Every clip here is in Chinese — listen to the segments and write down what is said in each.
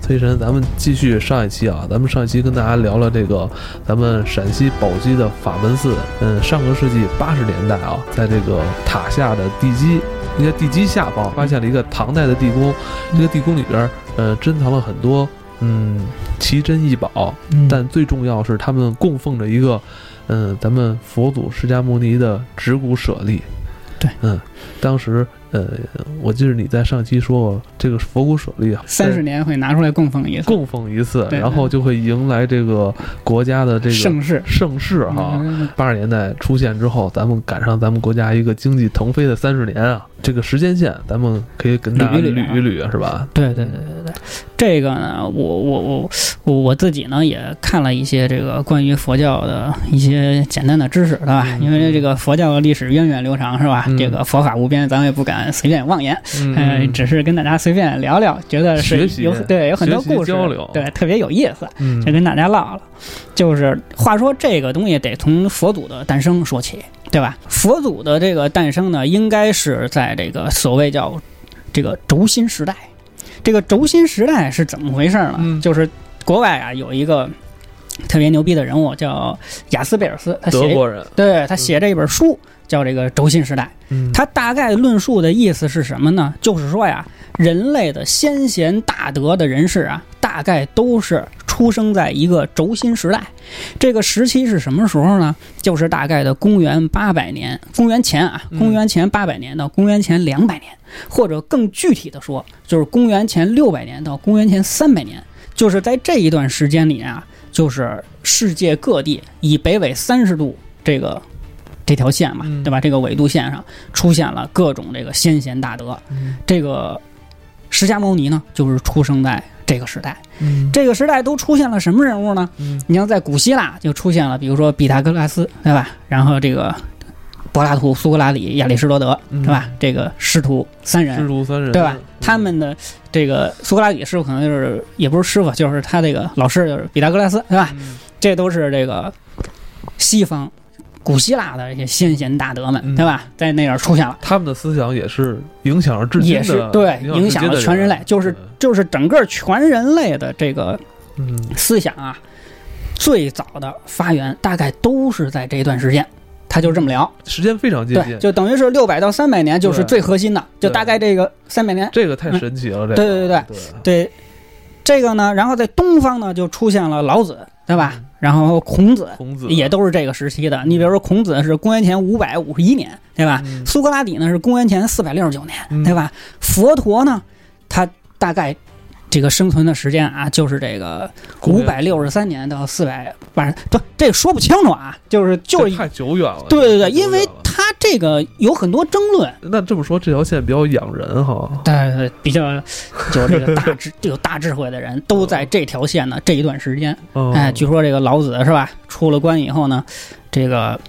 崔神，咱们继续上一期啊，咱们上一期跟大家聊了这个咱们陕西宝鸡的法门寺，嗯，上个世纪八十年代啊，在这个塔下的地基，应该地基下方啊发现了一个唐代的地宫，这个地宫里边儿，呃，珍藏了很多嗯奇珍异宝，嗯但最重要是他们供奉着一个，嗯，咱们佛祖释迦牟尼的指骨舍利。对，嗯，当时呃，我记得你在上期说过，这个佛骨舍利啊，三十年会拿出来供奉一 次，供奉一次，对然后就会迎来这个国家的这个盛世盛世哈。嗯八十年代出现之后，咱们赶上咱们国家一个经济腾飞的三十年啊，这个时间线咱们可以跟大家捋一捋啊捋一捋，是吧？对对对对对，这个呢，我我我我我自己呢也看了一些这个关于佛教的一些简单的知识，对吧？嗯因为这个佛教的历史源远流长，是吧？嗯这个佛法无边，咱们也不敢随便妄言，嗯呃，只是跟大家随便聊聊，觉得学是习有对有很多学习故事交流对，特别有意思，嗯就跟大家唠了。就是话说这个东西得从佛祖的诞生说起，对吧？佛祖的这个诞生呢，应该是在这个所谓叫这个轴心时代。这个轴心时代是怎么回事呢？嗯就是国外啊有一个特别牛逼的人物叫雅斯贝尔斯，他德写国嗯人，对他写这一本书叫这个轴心时代。嗯他大概论述的意思是什么呢？就是说呀，人类的先贤大德的人士啊，大概都是出生在一个轴心时代。这个时期是什么时候呢？就是大概的公元八百年，公元前啊，嗯公元前八百年到公元前两百年，或者更具体的说，就是公元前六百年到公元前三百年，就是在这一段时间里啊，就是世界各地以北纬三十度这个这条线嘛嗯，对吧？这个纬度线上出现了各种这个先贤大德。嗯这个释迦牟尼呢，就是出生在这个时代。嗯这个时代都出现了什么人物呢？嗯你像在古希腊就出现了，比如说毕达哥拉斯，对吧？然后这个柏拉图、苏格拉底、亚里士多德，嗯对吧？这个师徒三人师，徒三人，对吧嗯？他们的这个苏格拉底师傅可能就是也不是师傅，就是他这个老师就是毕达哥拉斯，对吧？嗯这都是这个西方古希腊的这些先贤大德嗯们，对吧？在那儿出现了。他们的思想也是影响了至今的，也是对，影影响至今的了全人类，就是对就是整个全人类的这个嗯思想啊，最早的发源大概都是在这一段时间。他就这么聊，时间非常接对，近，就等于是六百到三百年，就嗯是对最核心的，就对大概这个三百年。这个太神奇了，这个对对对对对，这个呢，然后在东方呢就出现了老子，对吧？嗯然后孔子孔子也都是这个时期的。你比如说孔子是公元前五百五十一年，对吧？嗯苏格拉底呢是公元前四百六十九年，嗯对吧？佛陀呢，他大概这个生存的时间啊，就是这个公五元百六十三年到四百八十，不，这说不清楚啊，就是就这是太久远了，对对太对，久远因为了他这个有很多争论，那这么说，这条线比较养人哈，但是比较有这个大智 有大智慧的人都在这条线呢这一段时间，嗯哎，据说这个老子是吧，出了关以后呢，这个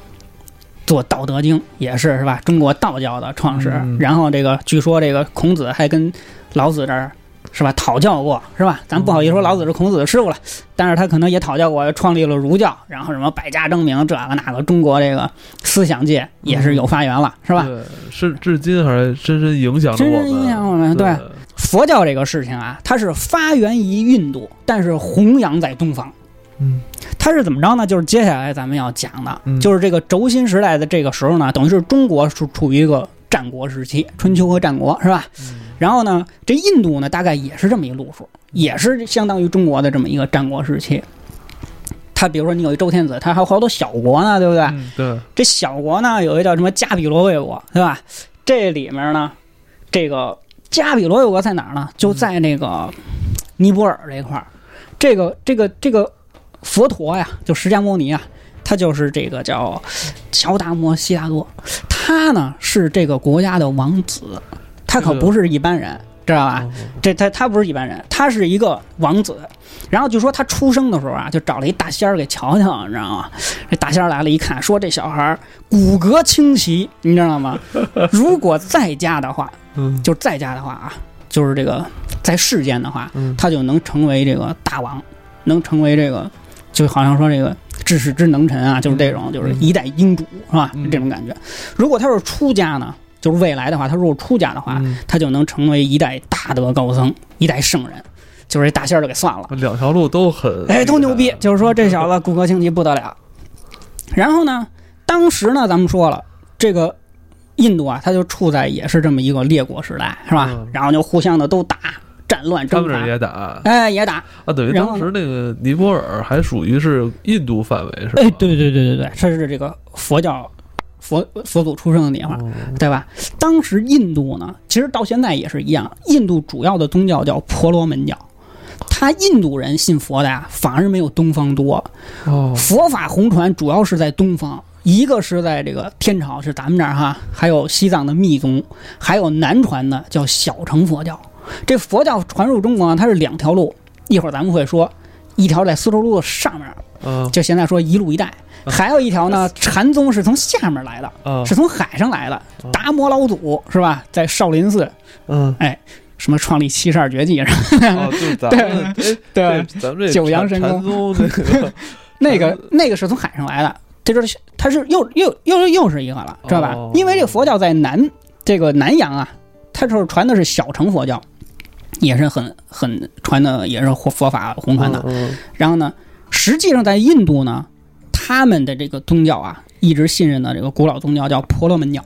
做《道德经》也是是吧，中国道教的创始。嗯然后这个据说这个孔子还跟老子这儿是吧讨教过是吧？咱不好意思说老子是孔子的师傅了，但是他可能也讨教过，创立了儒教，然后什么百家争鸣这个那个，中国这个思想界也是有发源了、是吧？对，是至今还深深影响着深我们，深影响我们对佛教这个事情啊，它是发源于印度，但是弘扬在东方。嗯它是怎么着呢？就是接下来咱们要讲的，嗯就是这个轴心时代的这个时候呢，等于是中国是处于一个战国时期，春秋和战国是吧？嗯然后呢，这印度呢，大概也是这么一路数，也是相当于中国的这么一个战国时期。他比如说，你有一周天子，他还有好多小国呢，对不对？嗯对，这小国呢，有一个叫什么加比罗卫国，对吧？这里面呢，这个加比罗卫国在哪儿呢？就在那个尼泊尔这一块儿。这个这个这个佛陀呀，就释迦牟尼啊，他就是这个叫乔达摩悉达多，他呢是这个国家的王子，他可不是一般人，知道吧？哦这他他不是一般人，他是一个王子。然后就说他出生的时候啊，就找了一大仙儿给瞧瞧，你知道吗？这大仙儿来了，一看，说这小孩儿骨骼清奇，你知道吗？ 如果在家的话，嗯就是在家的话啊，就是这个在世间的话，嗯他就能成为这个大王，能成为这个，就好像说这个治世之能臣啊，就是这种，就是一代英主是吧嗯？这种感觉。如果他是出家呢，啊就是未来的话，他如果出家的话，嗯他就能成为一代大德高僧、一代圣人。就是这大仙儿就给算了。两条路都很哎，都牛逼，就是说这小子骨骼清奇不得了。然后呢，当时呢，咱们说了，这个印度啊，它就处在也是这么一个列国时代，是吧？嗯然后就互相的都打，战乱他征们这儿伐，也打啊，哎，也打，等于然后当时那个尼泊尔还属于是印度范围是吧？哎，对对对对对，这是这个佛教佛佛祖出生的地方，哦，对吧？当时印度呢，其实到现在也是一样，印度主要的宗教叫婆罗门教。他印度人信佛的呀，反而没有东方多。哦，佛法红传主要是在东方，一个是在这个天朝，是咱们这儿哈，还有西藏的密宗，还有南传的叫小乘佛教。这佛教传入中国啊，它是两条路，一会儿咱们会说，一条在丝绸之路上面，啊就现在说一路一带，啊还有一条呢，禅宗是从下面来的，啊，是从海上来的。达摩老祖是吧，在少林寺嗯，什么创立七十二绝技，是吧哦，就是咱们哎， 对这咱们这九阳禅神功禅宗这 个那个那个是从海上来的，这就是它是又又又又是一个了，知道吧？哦因为这佛教在南这个南洋啊，它就是传的是小乘佛教，也是很很传的也是佛法红传的。嗯然后呢，实际上在印度呢，他们的这个宗教啊，一直信任的这个古老宗教叫婆罗门教，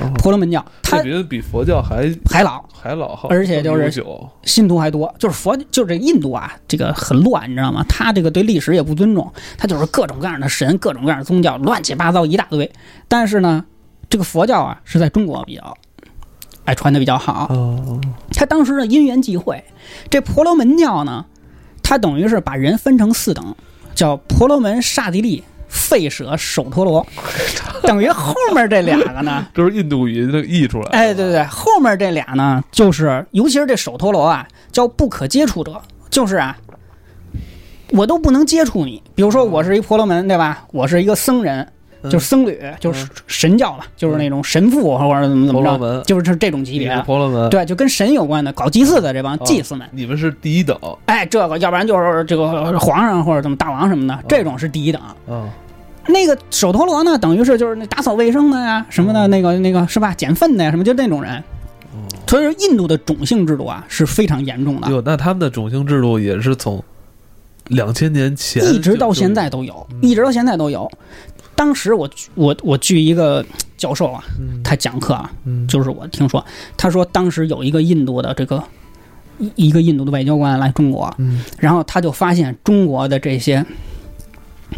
嗯哦婆罗门教它这比比佛教还还老。还老好，而且就更是悠久信徒还多，就是佛，就是这个印度啊，这个很乱，你知道吗？他这个对历史也不尊重，他就是各种各样的神，各种各样的宗教，乱七八糟一大堆。但是呢，这个佛教啊是在中国比较，哎，传的比较好。哦，他当时的因缘际会，这婆罗门教呢，它等于是把人分成四等，叫婆罗门、刹帝利、吠舍、首陀罗，等于后面这俩个呢。就是印度语那个译出来，哎，对对，对，后面这俩呢，就是尤其是这首陀罗啊，叫不可接触者，就是啊，我都不能接触你。比如说我是一婆罗门，对吧？我是一个僧人，嗯就是僧侣，就是神教嘛，就是那种神父或者怎么怎么婆罗着，门，就是这种级你别是的。婆罗门，对，就跟神有关的，搞祭祀的这帮哦祭司们，你们是第一等哎，这个要不然就是这个皇上或者怎么大王什么哦的，这种是第一等。啊，那个首陀罗呢，等于是就是那打扫卫生的呀，什么的，嗯那个那个是吧，捡粪的呀，什么就那种人。所以说，印度的种姓制度啊是非常严重的，哟，那他们的种姓制度也是从两千年前一直就到就现在都有嗯，一直到现在都有。当时我我我据一个教授啊，嗯他讲课啊，嗯就是我听说，他说当时有一个印度的这个一一个印度的外交官来中国，嗯然后他就发现中国的这些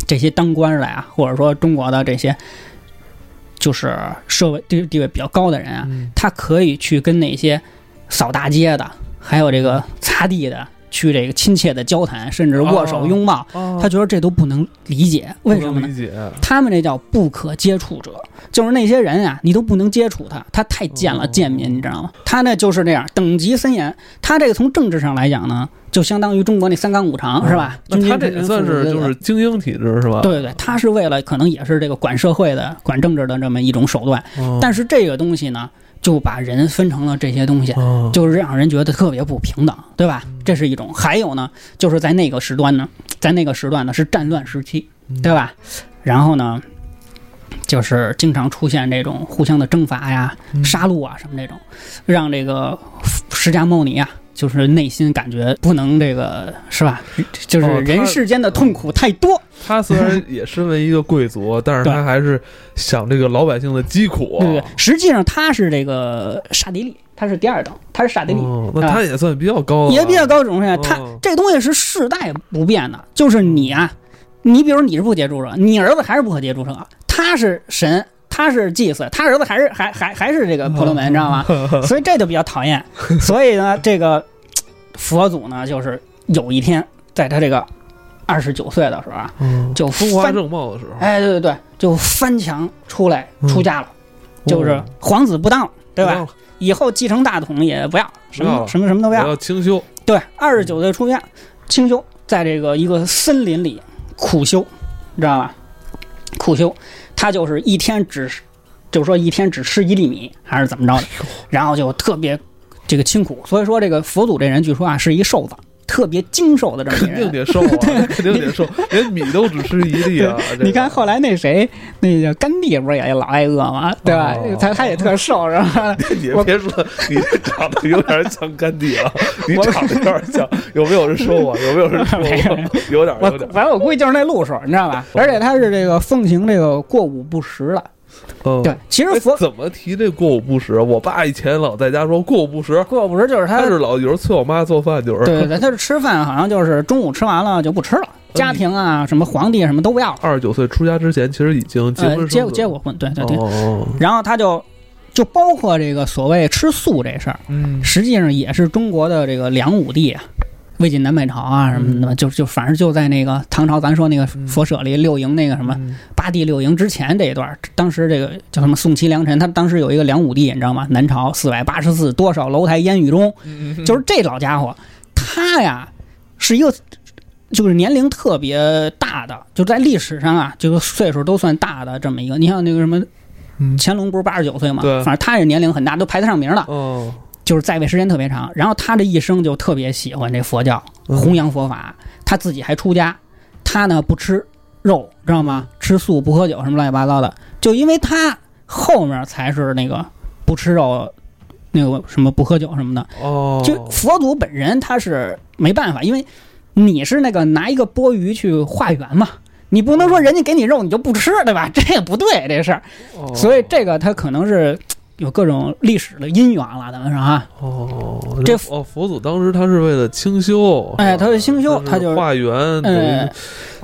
这些当官来啊，或者说中国的这些就是社会地地位比较高的人啊，嗯他可以去跟那些扫大街的，还有这个擦地的，去这个亲切的交谈，甚至握手哦拥抱。哦他觉得这都不能理解，为什不么能理呢？解他们这叫不可接触者，就是那些人啊，你都不能接触他，他太贱了，哦贱民，你知道吗？他呢就是这样，等级森严。他这个从政治上来讲呢，就相当于中国那三纲五常，是吧？嗯那他这军也民算分是啊明就是精英体制是吧？对对对，他是为了可能也是这个管社会的、管政治的这么一种手段。哦，但是这个东西呢，就把人分成了这些东西，哦就是让人觉得特别不平等，对吧？这是一种。还有呢，就是在那个时段呢，在那个时段呢是战乱时期，对吧？然后呢，就是经常出现这种互相的征伐呀、嗯杀戮啊什么这种，让这个释迦牟尼啊。就是内心感觉不能这个是吧？就是哦他人世间的痛苦太多，他虽然也身为一个贵族，但是对他还是想这个老百姓的疾苦。对对对。实际上他是这个刹帝利，他是第二等，他是刹帝利。哦，那他也算比较高了，啊也比较高种呀，它嗯这东西是世代不变的，就是你啊，你比如你是不接触者，你儿子还是不可接触者，他是神，他是祭祀，他儿子还是还还还是这个婆罗哦门，你知道吗？所以这就比较 讨厌。所以呢，这个佛祖呢，就是有一天在他这个二十九岁的时候啊，嗯。就风华翻，正茂的时候，哎，对对对，就翻墙出来嗯出家了，就是哦皇子不当了，对不要吧？了以后继承大统也不要，什不要么了什么什么都我不要。要清 修，对，二十九岁出家，清修，在这个一个森林里苦修，你知道吧？苦修，他就是一天只，就是说一天只吃一粒米，还是怎哎么着的？然后就特别这个清苦，所以说这个佛祖这人据说啊是一瘦子，特别精瘦的这么一肯定人。得瘦啊， 肯定得瘦，连米都只吃一粒啊。这个你看后来那谁，那个甘地不是也老挨饿吗？对吧哦？他他也特瘦，然后你我别说，你这长得有点像甘地 啊，你长得有点像，有没有人说我？有没有人 说我？ 有点，我有点。反正我估计就是那路数，你知道吧？而且他是这个奉行这个过午不食了。嗯，对，其实哎佛怎么提这过午不食？我爸以前老在家说过午不食，过午不食就是他他是老有时候催我妈做饭，就是哎对对对，他是吃饭好像就是中午吃完了就不吃了，嗯家庭啊什么皇帝啊什么都不要了， 二十九岁出家之前，其实已经结婚呃，生结子结过婚，对对对。哦，然后他就就包括这个所谓吃素这事儿，嗯，实际上也是中国的这个梁武帝啊。魏晋南北朝啊，什么的，就就反正就在那个唐朝，咱说那个嗯佛舍里六营那个什什么八帝六营之前这一段儿，当时这个叫什么宋齐梁陈，他当时有一个梁武帝，你知道吗？南朝四百八十四多少楼台烟雨中，嗯就是这老家伙，他呀是一个就是年龄特别大的，就在历史上啊，这个岁数都算大的这么一个。你像那个什么嗯乾隆不是八十九岁嘛，对反正他也年龄很大，都排得上名了，哦，就是在位时间特别长。然后他这一生就特别喜欢这佛教，嗯弘扬佛法，他自己还出家，他呢不吃肉，知道嗯吗？吃素不喝酒什么乱七八糟的，就因为他后面才是那个不吃肉，那个什么不喝酒什么的。哦，就佛祖本人他是没办法，因为你是那个拿一个钵盂去化缘嘛，你不能说人家给你肉你就不吃，对吧？ 这也不对，这事儿。哦所以这个他可能是嘖有各种历史的因缘了，咱们说啊，哦，这哦，佛祖当时他是为了清修，哎是吧他为清修他就是是化缘，等于呃，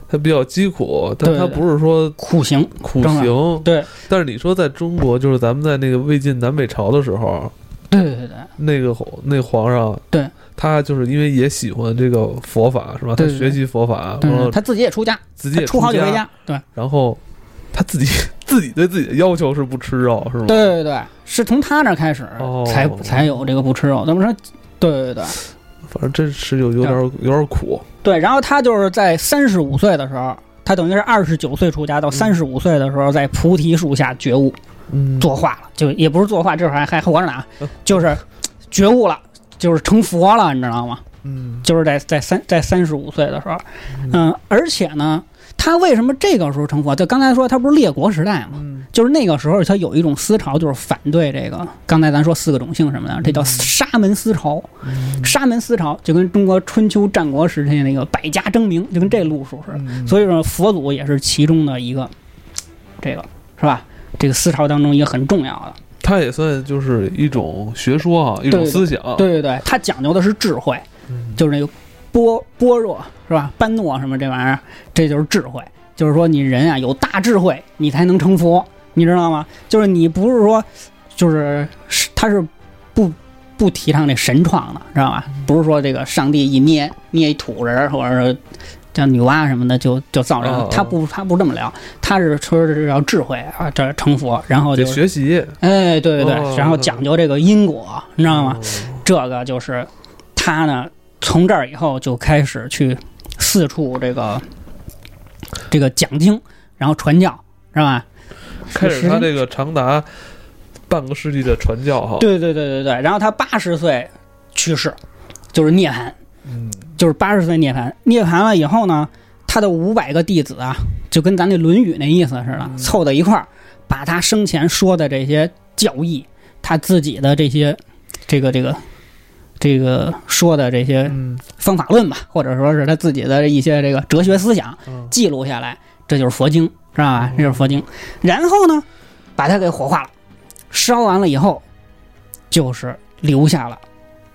他比较疾苦，但对他对不是说苦行，苦正行。对，但是你说在中国，就是咱们在那个魏晋南北朝的时候，对对对对那个皇那皇上，对，他就是因为也喜欢这个佛法，是吧？他对对学习佛法，对然对，后他自己也出家，哦自己他也出出哦好久回，家，对然后他自己自己对自己的要求是不吃肉，是吗？对对对，是从他那儿开始哦才才有这个不吃肉，咱们说，对对对。反正真是有有点有点苦。对，然后他就是在三十五岁的时候，他等于是二十九岁出家，到三十五岁的时候，在菩提树下觉悟，嗯，作画了，就也不是作画，这会儿还还活着呢啊，就是觉悟了，就是成佛了，你知道吗？嗯就是在在三在三十五岁的时候，嗯，而且呢，他为什么这个时候成佛？就刚才说他不是列国时代吗？嗯就是那个时候，他有一种思潮，就是反对这个。刚才咱说四个种姓什么的，这叫沙门思潮。沙门思潮就跟中国春秋战国时期那个百家争鸣，就跟这路数似的。嗯所以说，佛祖也是其中的一个，这个是吧？这个思潮当中一个很重要的。他也算就是一种学说啊，一种对思想。对对对，它讲究的是智慧，嗯就是那个般般若是吧？般若什么这玩意儿，这就是智慧。就是说你人啊有大智慧，你才能成佛，你知道吗？就是你不是说，就是是他是不不提倡这神创的，知道吧？嗯不是说这个上帝一捏捏一土人儿，或者说像女娲什么的就就造人哦了哦，他不他不是这么聊，他是说是要智慧啊，这成佛，然后得就是学习，哎对对哦对，然后讲究这个因果，你知知道吗？？这个就是他呢，从这儿以后就开始去四处这个这个讲经，然后传教，是吧？开始他这个长达半个世纪的传教哈，，对对对对对。然后他八十岁去世，就是涅槃，嗯，就是八十岁涅槃。涅槃了以后呢，他的五百个弟子啊，就跟咱那《论语》那意思似的，嗯凑到一块儿，把他生前说的这些教义，他自己的这些这个这个这个说的这些嗯方法论吧，或者说是他自己的一些这个哲学思想嗯记录下来，这就是佛经，知道吧嗯？这就是佛经。然后呢，把它给火化了，烧完了以后，就是留下了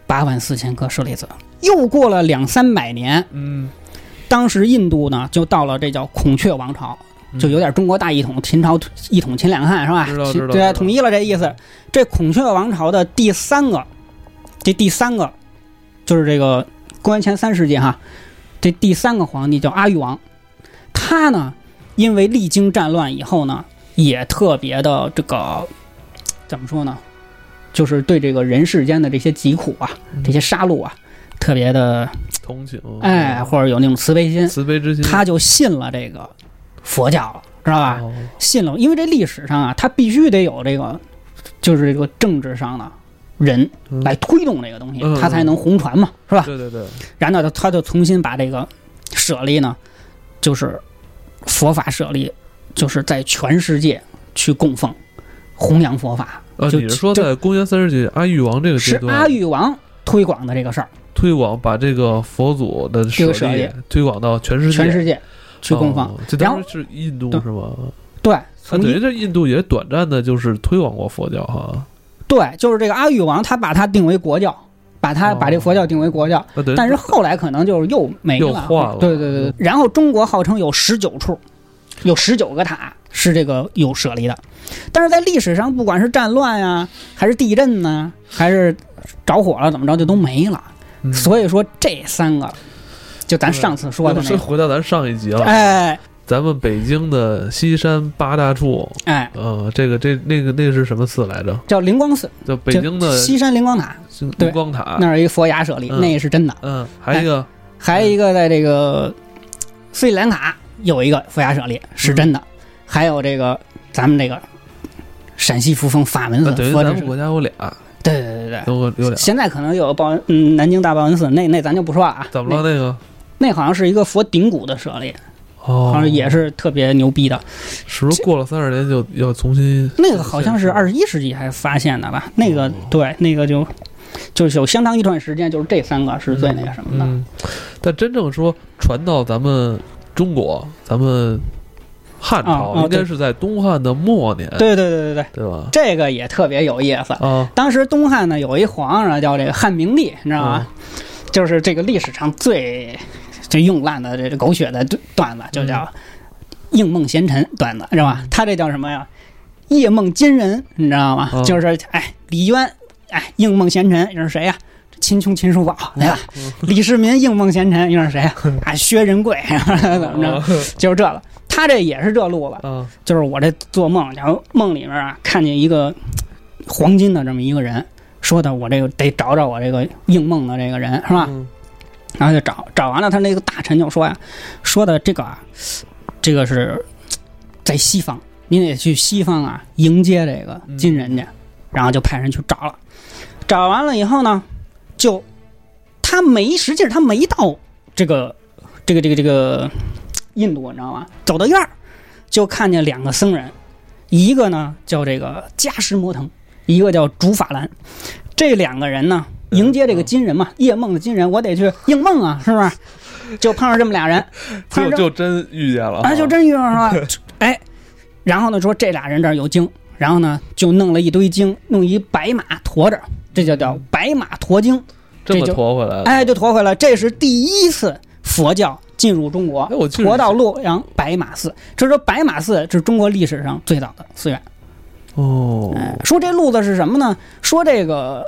八万四千颗舍利子。又过了两三百年，嗯，当时印度呢就到了这叫孔雀王朝，嗯就有点中国大一统，秦朝一统秦两汉是吧知道？秦知道知对道啊，统一了这意思。这孔雀王朝的第三个，这第三个就是这个公元前三世纪哈，这第三个皇帝叫阿育王，他呢因为历经战乱以后呢，也特别的这个怎么说呢，就是对这个人世间的这些疾苦啊，这些杀戮啊，特别的同情，嗯哎，或者有那种慈悲心，慈悲之心，他就信了这个佛教了，知道吧？哦信了，因为这历史上啊，他必须得有这个，就是这个政治上的人嗯来推动这个东西嗯，它才能红传嘛，是吧？对对对，然后呢，他就重新把这个舍利呢，就是佛法舍利，就是在全世界去供奉、弘扬佛法。呃，就你是说就在公元三世纪阿育王这个阶是段，阿育王推广的这个事儿，推广把这个佛祖的这舍个舍利利推广到全世界，全世界去供奉。哦啊这然当后时是印度对是吗？对，它从等一于这印度也短暂的，就是推广过佛教哈。对，就是这个阿育王，他把它定为国教，把他哦把这佛教定为国教，那等于但是后来可能就是又没又了。换了嗯对对对对。然后中国号称有十九处，有十九个塔是这个有舍利的，但是在历史上，不管是战乱呀、还是地震呢、还是着火了，怎么着就都没了。嗯所以说这三个，就咱上次说的那那是个，回到咱上一集了，哎咱们北京的西山八大处，哎，呃，这个这那个那个是什么寺来着？叫灵光寺，叫北京的就西山灵光塔对灵光塔那。儿有一佛牙舍利，嗯那是真的。嗯，还有一个还有一个在这个斯里兰卡有一个佛牙舍利是真的，嗯还有这个咱们这个陕西扶风法门那等寺于佛啊咱之们寺，国家有俩，对对对对有个有对。俩。现在可能有报恩，嗯，南京大报恩寺，那那咱就不说了啊。怎么了那个？那？那好像是一个佛顶骨的舍利，哦，好像也是特别牛逼的。是不是过了三十年就要重新？那个好像是二十一世纪还发现的吧？那哦个对，那个就就是有相当一段时间，就是这三个是最那个什么的。嗯，但真正说传到咱们中国，咱们汉朝、啊啊应该是在东汉的末年，对对对对对，对吧？这个也特别有意思。啊， 当时东汉呢有一皇上叫这个汉明帝，你知道吗？就是这个历史上最最用烂的这个狗血的段子，就叫应梦贤臣段子，是吧？他这叫什么呀？夜梦金人，你知道吗？嗯就是哎，李渊，哎，应梦贤臣，又是谁呀、秦琼、秦叔宝，对吧？李世民应梦贤臣，又是谁呀、啊？薛仁贵， 怎么哦着？就是这了。他这也是这路子， 啊？啊，就是我这做梦，然后梦里面啊看见一个嘖黄金的这么一个人，说的我这个得找找我这个应梦的这个人是吧？嗯然后就找找完了，他那个大臣就说呀，说的这个啊，这个是嘖在西方，你得去西方啊迎接这个金人去，然后就派人去找了，找完了以后呢，就他没实际上他没到这个这个这个这个嘖印度，你知道吗？走得远儿，就看见两个僧人，一个呢叫这个迦湿摩腾，一个叫竺法兰，这两个人呢。嗯迎接这个金人嘛，夜梦的金人，我得去应梦啊，是不是？ 就碰上这么俩人，碰上就就这真遇见了啊，哎，就真遇上了， 哎，然后呢说这俩人这儿有经，然后呢就弄了一堆经，弄一白马驮着，这就嗯叫白马驮经，这么这就驮回来了。哎，就驮回来。这是第一次佛教进入中国哎，，我记驮到洛阳白马寺。这说白马寺是中国历史上最早的寺院。哦，哎，说这路子是什么呢？说这个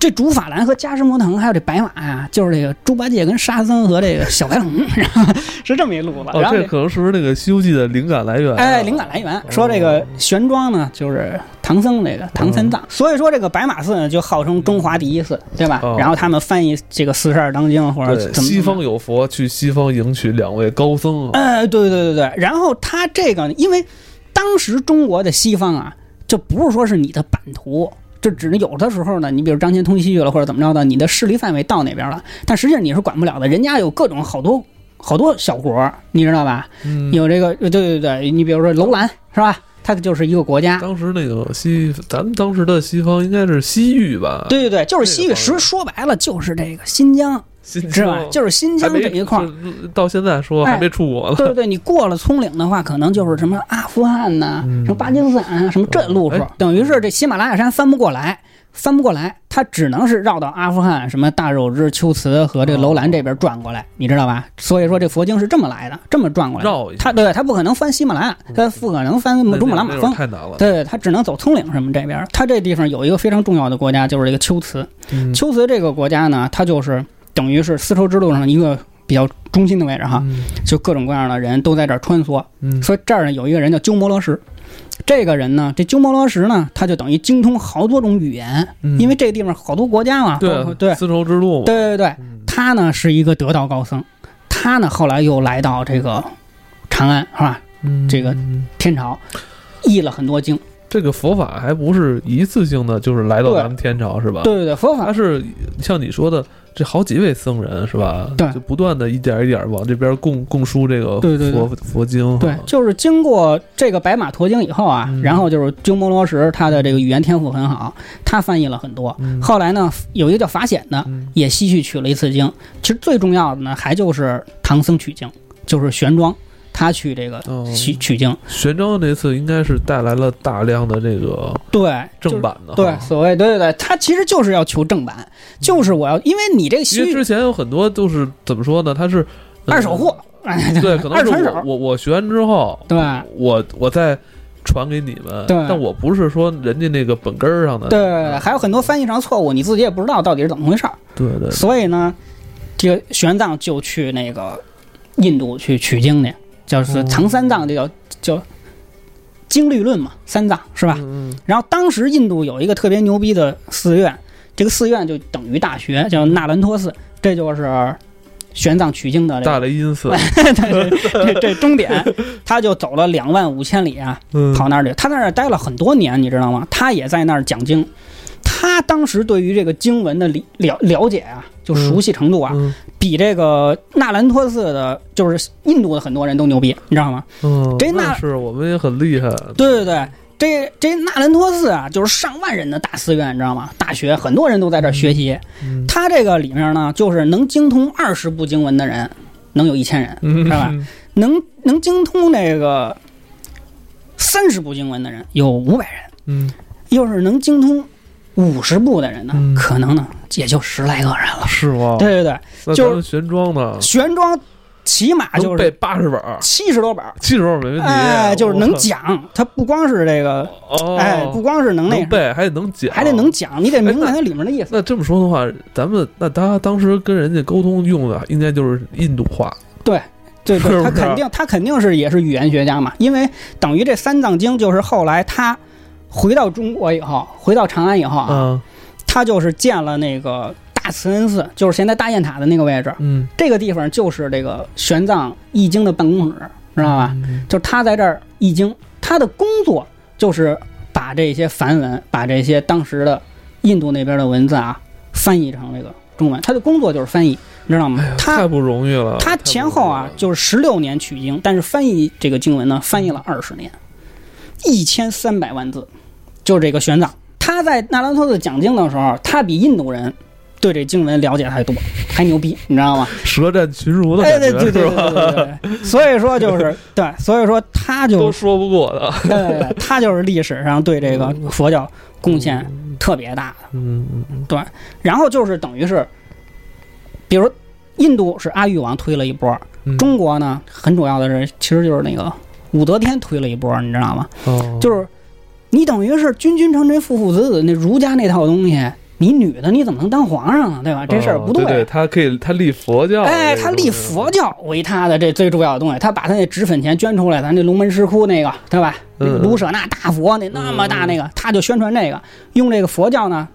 这竺法兰和迦湿摩腾，还有这白马呀、就是这个猪八戒跟沙僧和这个小白龙， 然后是这么一路子。哦，然后这这可能是不是那个《西游记》的灵感来源啊？哎，灵感来源说这哦个玄奘呢，就是唐僧这个唐三藏，所以说这个白马寺呢，就号称中华第一寺，对吧？哦然后他们翻译这个四十二章经或者对，怎么西怎么方有佛，去西方迎娶两位高僧啊。哎，对对对对，然后他这个呢，因为当时中国的西方啊，就不是说是你的版图，就只是有的时候呢，你比如张骞通西去了或者怎么着的，你的势力范围到那边了，但实际上你是管不了的，人家有各种好多好多小国，你知道吧？嗯，有这个，对对对，你比如说楼兰是吧？它就是一个国家。当时那个西，咱们当时的西方应该是西域吧？，对对对，就是西这域，个其实说白了就是这个新疆，新是吧疆？就是新还疆没这一块儿，哎是到现在说还没出国呢。 对对对，你过了葱岭的话，可能就是什么阿富汗呐、嗯什么巴基斯坦啊，什么这路数哎，等于是这喜马拉雅山翻不过来，翻不过来，它只能是绕到阿富汗、什么大肉支、龟兹和这楼兰这边转过来，你知道吧？所以说这佛经是这么来的，这么转过来的。绕一下它对它不可能翻喜马拉雅，它不可能翻那珠穆朗玛那会儿峰。太难了。嗯对，它只能走葱岭什么这边。它这地方有一个非常重要的国家，就是这个龟兹。嗯龟兹这个国家呢，它就是等于是丝绸之路上一个比较中心的位置哈。嗯就各种各样的人都在这儿穿梭。嗯，说这儿呢有一个人叫鸠摩罗什，这个人呢，这鸠摩罗什呢，他就等于精通好多种语言，嗯因为这地方好多国家嘛，包括对啊对丝绸之路嘛，对对对，嗯他呢是一个得道高僧，他呢后来又来到这个长安是吧？嗯这个嗯天朝，译了很多经，这个佛法还不是一次性的，就是来到对咱们天朝是吧？对对对，佛他法是像你说的，这好几位僧人是吧？对就不断的一点一点往这边供供书这个佛对对对佛经。对，就是经过这个白马驮经以后啊，啊嗯然后就是鸠摩罗什他的这个语言天赋很好，他翻译了很多。嗯后来呢，有一个叫法显的，嗯也西去取了一次经。其实最重要的呢，还就是唐僧取经，就是玄奘他去这个哦取取经。玄奘那次应该是带来了大量的这个对，就是正版的哈，对，所谓对对对，他其实就是要求正版，就是我要，因为你这个西因为域之前有很多都是怎么说呢？他是呃二手货，哎，对，可能二是传手我我我学完之后，对我我再传给你们，对但我不是说人家那个本根儿上的，对对对，还有很多翻译上的错误，你自己也不知道到底是怎么回事儿。对对对，所以呢，这个玄奘就去那个印度去取经去，就是嗯藏三藏，这叫叫经律论嘛，三藏是吧？嗯嗯然后当时印度有一个特别牛逼的寺院，这个寺院就等于大学，叫纳兰托寺，这就是玄奘取经的这个大 雷音寺， 这这终点，他就走了两万五千里啊，嗯，跑那儿去。他在那儿待了很多年，你知道吗？他也在那儿讲经。他当时对于这个经文的理了了解啊，就熟悉程度啊，嗯比这个纳兰托寺的，就是印度的很多人都牛逼，你知道吗？嗯，这那那是我们也很厉害，对对对，这这纳兰托寺啊，就是上万人的大寺院，你知道吗？大学很多人都在这儿学习。嗯他这个里面呢，就是能精通二十部经文的人，能有一千人。嗯是吧能能精通这个三十部经文的人有五百人，嗯，要是能精通五十部的人呢，嗯哦可能呢也就十来个人了。是吗？对对对，那就咱们玄奘呢，玄奘起码能就背是八十本儿，七十多本儿，七十本儿没问题，哎，就是能我讲，他不光是这个，哦，哎，不光是能那能啥，背还得能讲，还得能。讲，你得明哎白它里面的意思。那这么说的话，咱们那他当时跟人家沟通用的应该就是印度话，对是对，不他是肯定他肯定是也是语言学家嘛，因为等于这三藏经就是后来他回到中国以后，回到长安以后啊，啊，他就是建了那个大慈恩寺，就是现在大雁塔的那个位置。嗯，这个地方就是这个玄奘译经的办公室，知道吧？嗯？就是他在这儿译经，他的工作就是把这些梵文，把这些当时的印度那边的文字啊，翻译成这个中文。他的工作就是翻译，你知道吗哎呀？太他不容易了。他太不前容易后啊了，就是十六年取经，但是翻译这个经文呢，翻译了二十年，一千三百万字，就是这个玄奘。他在纳兰托寺讲经的时候，他比印度人对这经文了解还多，还牛逼，你知道吗？舌战群儒的哎，感 对觉对对是对吧？对对对，所以说就是对，所以说他都 就说不过的。对对对，他就是历史上对这个佛教贡献特别大的。嗯，嗯嗯然后就是等于是，比如印度是阿育王推了一波，嗯中国呢，很主要的是，其实就是那个武则天推了一波，你知道吗？哦就是你等于是君君臣臣父父子子那儒家那套东西，你女的你怎么能当皇上啊呢？对吧？这事儿哦不对。他可以，他立佛教，哎，他立佛，教为他的这最重要的东西，他把他那脂粉钱捐出来，咱这龙门石窟那个，对吧？那个嗯卢舍那大佛那那么大那个，他就宣传这个，用这个佛教呢，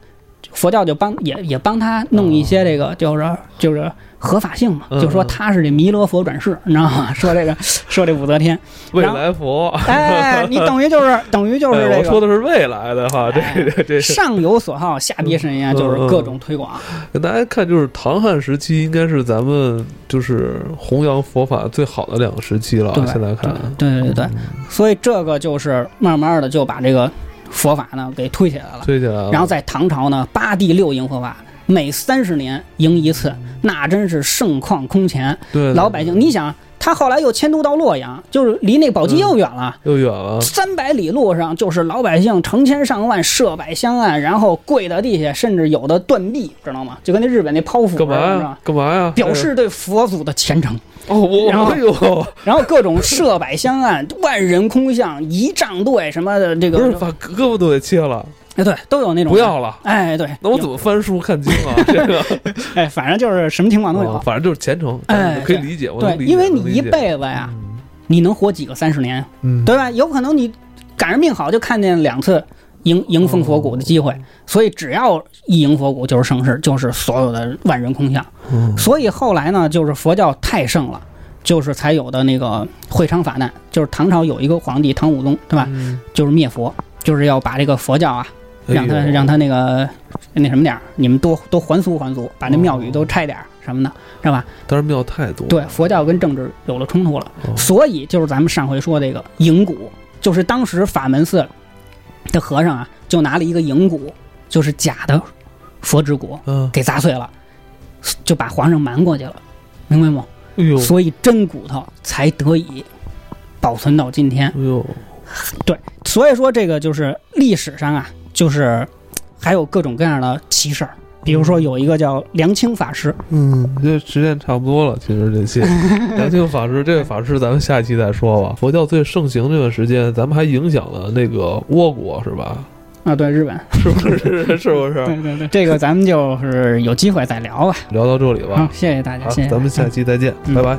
佛教就帮也也帮他弄一些这个，就是就是合法性嘛，哦嗯就说他是这弥勒佛转世，你知道吗？ 说这个说这武则天，未然后来 佛。哎，你等于就是 等于就是哎这我说个。的是未来的哈，这哎这这上有所好，下必甚焉，嗯就是各种推广。跟大家看，就是唐汉时期应该是咱们就是弘扬佛法最好的两个时期了。啊对现在看，嗯对对对对，所以这个就是慢慢的就把这个佛法呢给推起来了。推起来了。然后在唐朝呢，八第六迎佛法，每三十年迎一次，那真是盛况空前。对老百姓，你想，他后来又迁都到洛阳，就是离那宝鸡又远了。又远了，三百里路上，就是老百姓成千上万设摆香案，然后跪到地下，甚至有的断臂，知道吗？就跟那日本那剖腹干嘛似的是呀吧？？干嘛呀？表示对佛祖的虔诚。哎呦哦，我然后哎呦，然后各种设摆香案，万人空巷，仪仗队什么的，这个不是把胳膊都给切了，哎对，都有那种不。要了。哎，对，那我怎么翻书看经啊？这个，哎， 反正就是什么情况都有哦。反正就是虔诚，哎可以理解，我能对，理解因为你能理一解辈子呀，嗯你能活几个三十年，嗯，对吧？有可能你赶上命好，就看见两次迎迎风佛骨的机哦会，所以只要一迎佛骨就是盛世，就是所有的万人空巷。嗯，所以后来呢，就是佛教太盛了，就是才有的那个会昌法难，就是唐朝有一个皇帝唐武宗，对吧？嗯就是灭佛，就是要把这个佛教啊，让他哎呦让他那个那什么点儿，你们多多还俗还俗，把那庙宇都拆点儿什么的，是吧？但是庙太多，对，佛教跟政治有了冲突了，哦所以就是咱们上回说这个银鼓，就是当时法门寺的和尚啊，就拿了一个银鼓，就是假的佛指骨，嗯，给砸碎了，就把皇上瞒过去了，明白吗？哎呦，所以真骨头才得以保存到今天。哎呦，所以说，这个就是历史上啊，就是还有各种各样的奇事儿。比如说有一个叫梁清法师，嗯，这时间差不多了。其实这 些梁清法师，这位法师咱们下一期再说吧。佛教最盛行这段时间，咱们还影响了那个倭国，是吧？ 啊，对日本，是不是？ 是不是？ 对对对，这个咱们就是有机会再聊吧。聊到这里吧好，，谢谢大家，好谢谢，大家，咱们下期再见，嗯拜拜。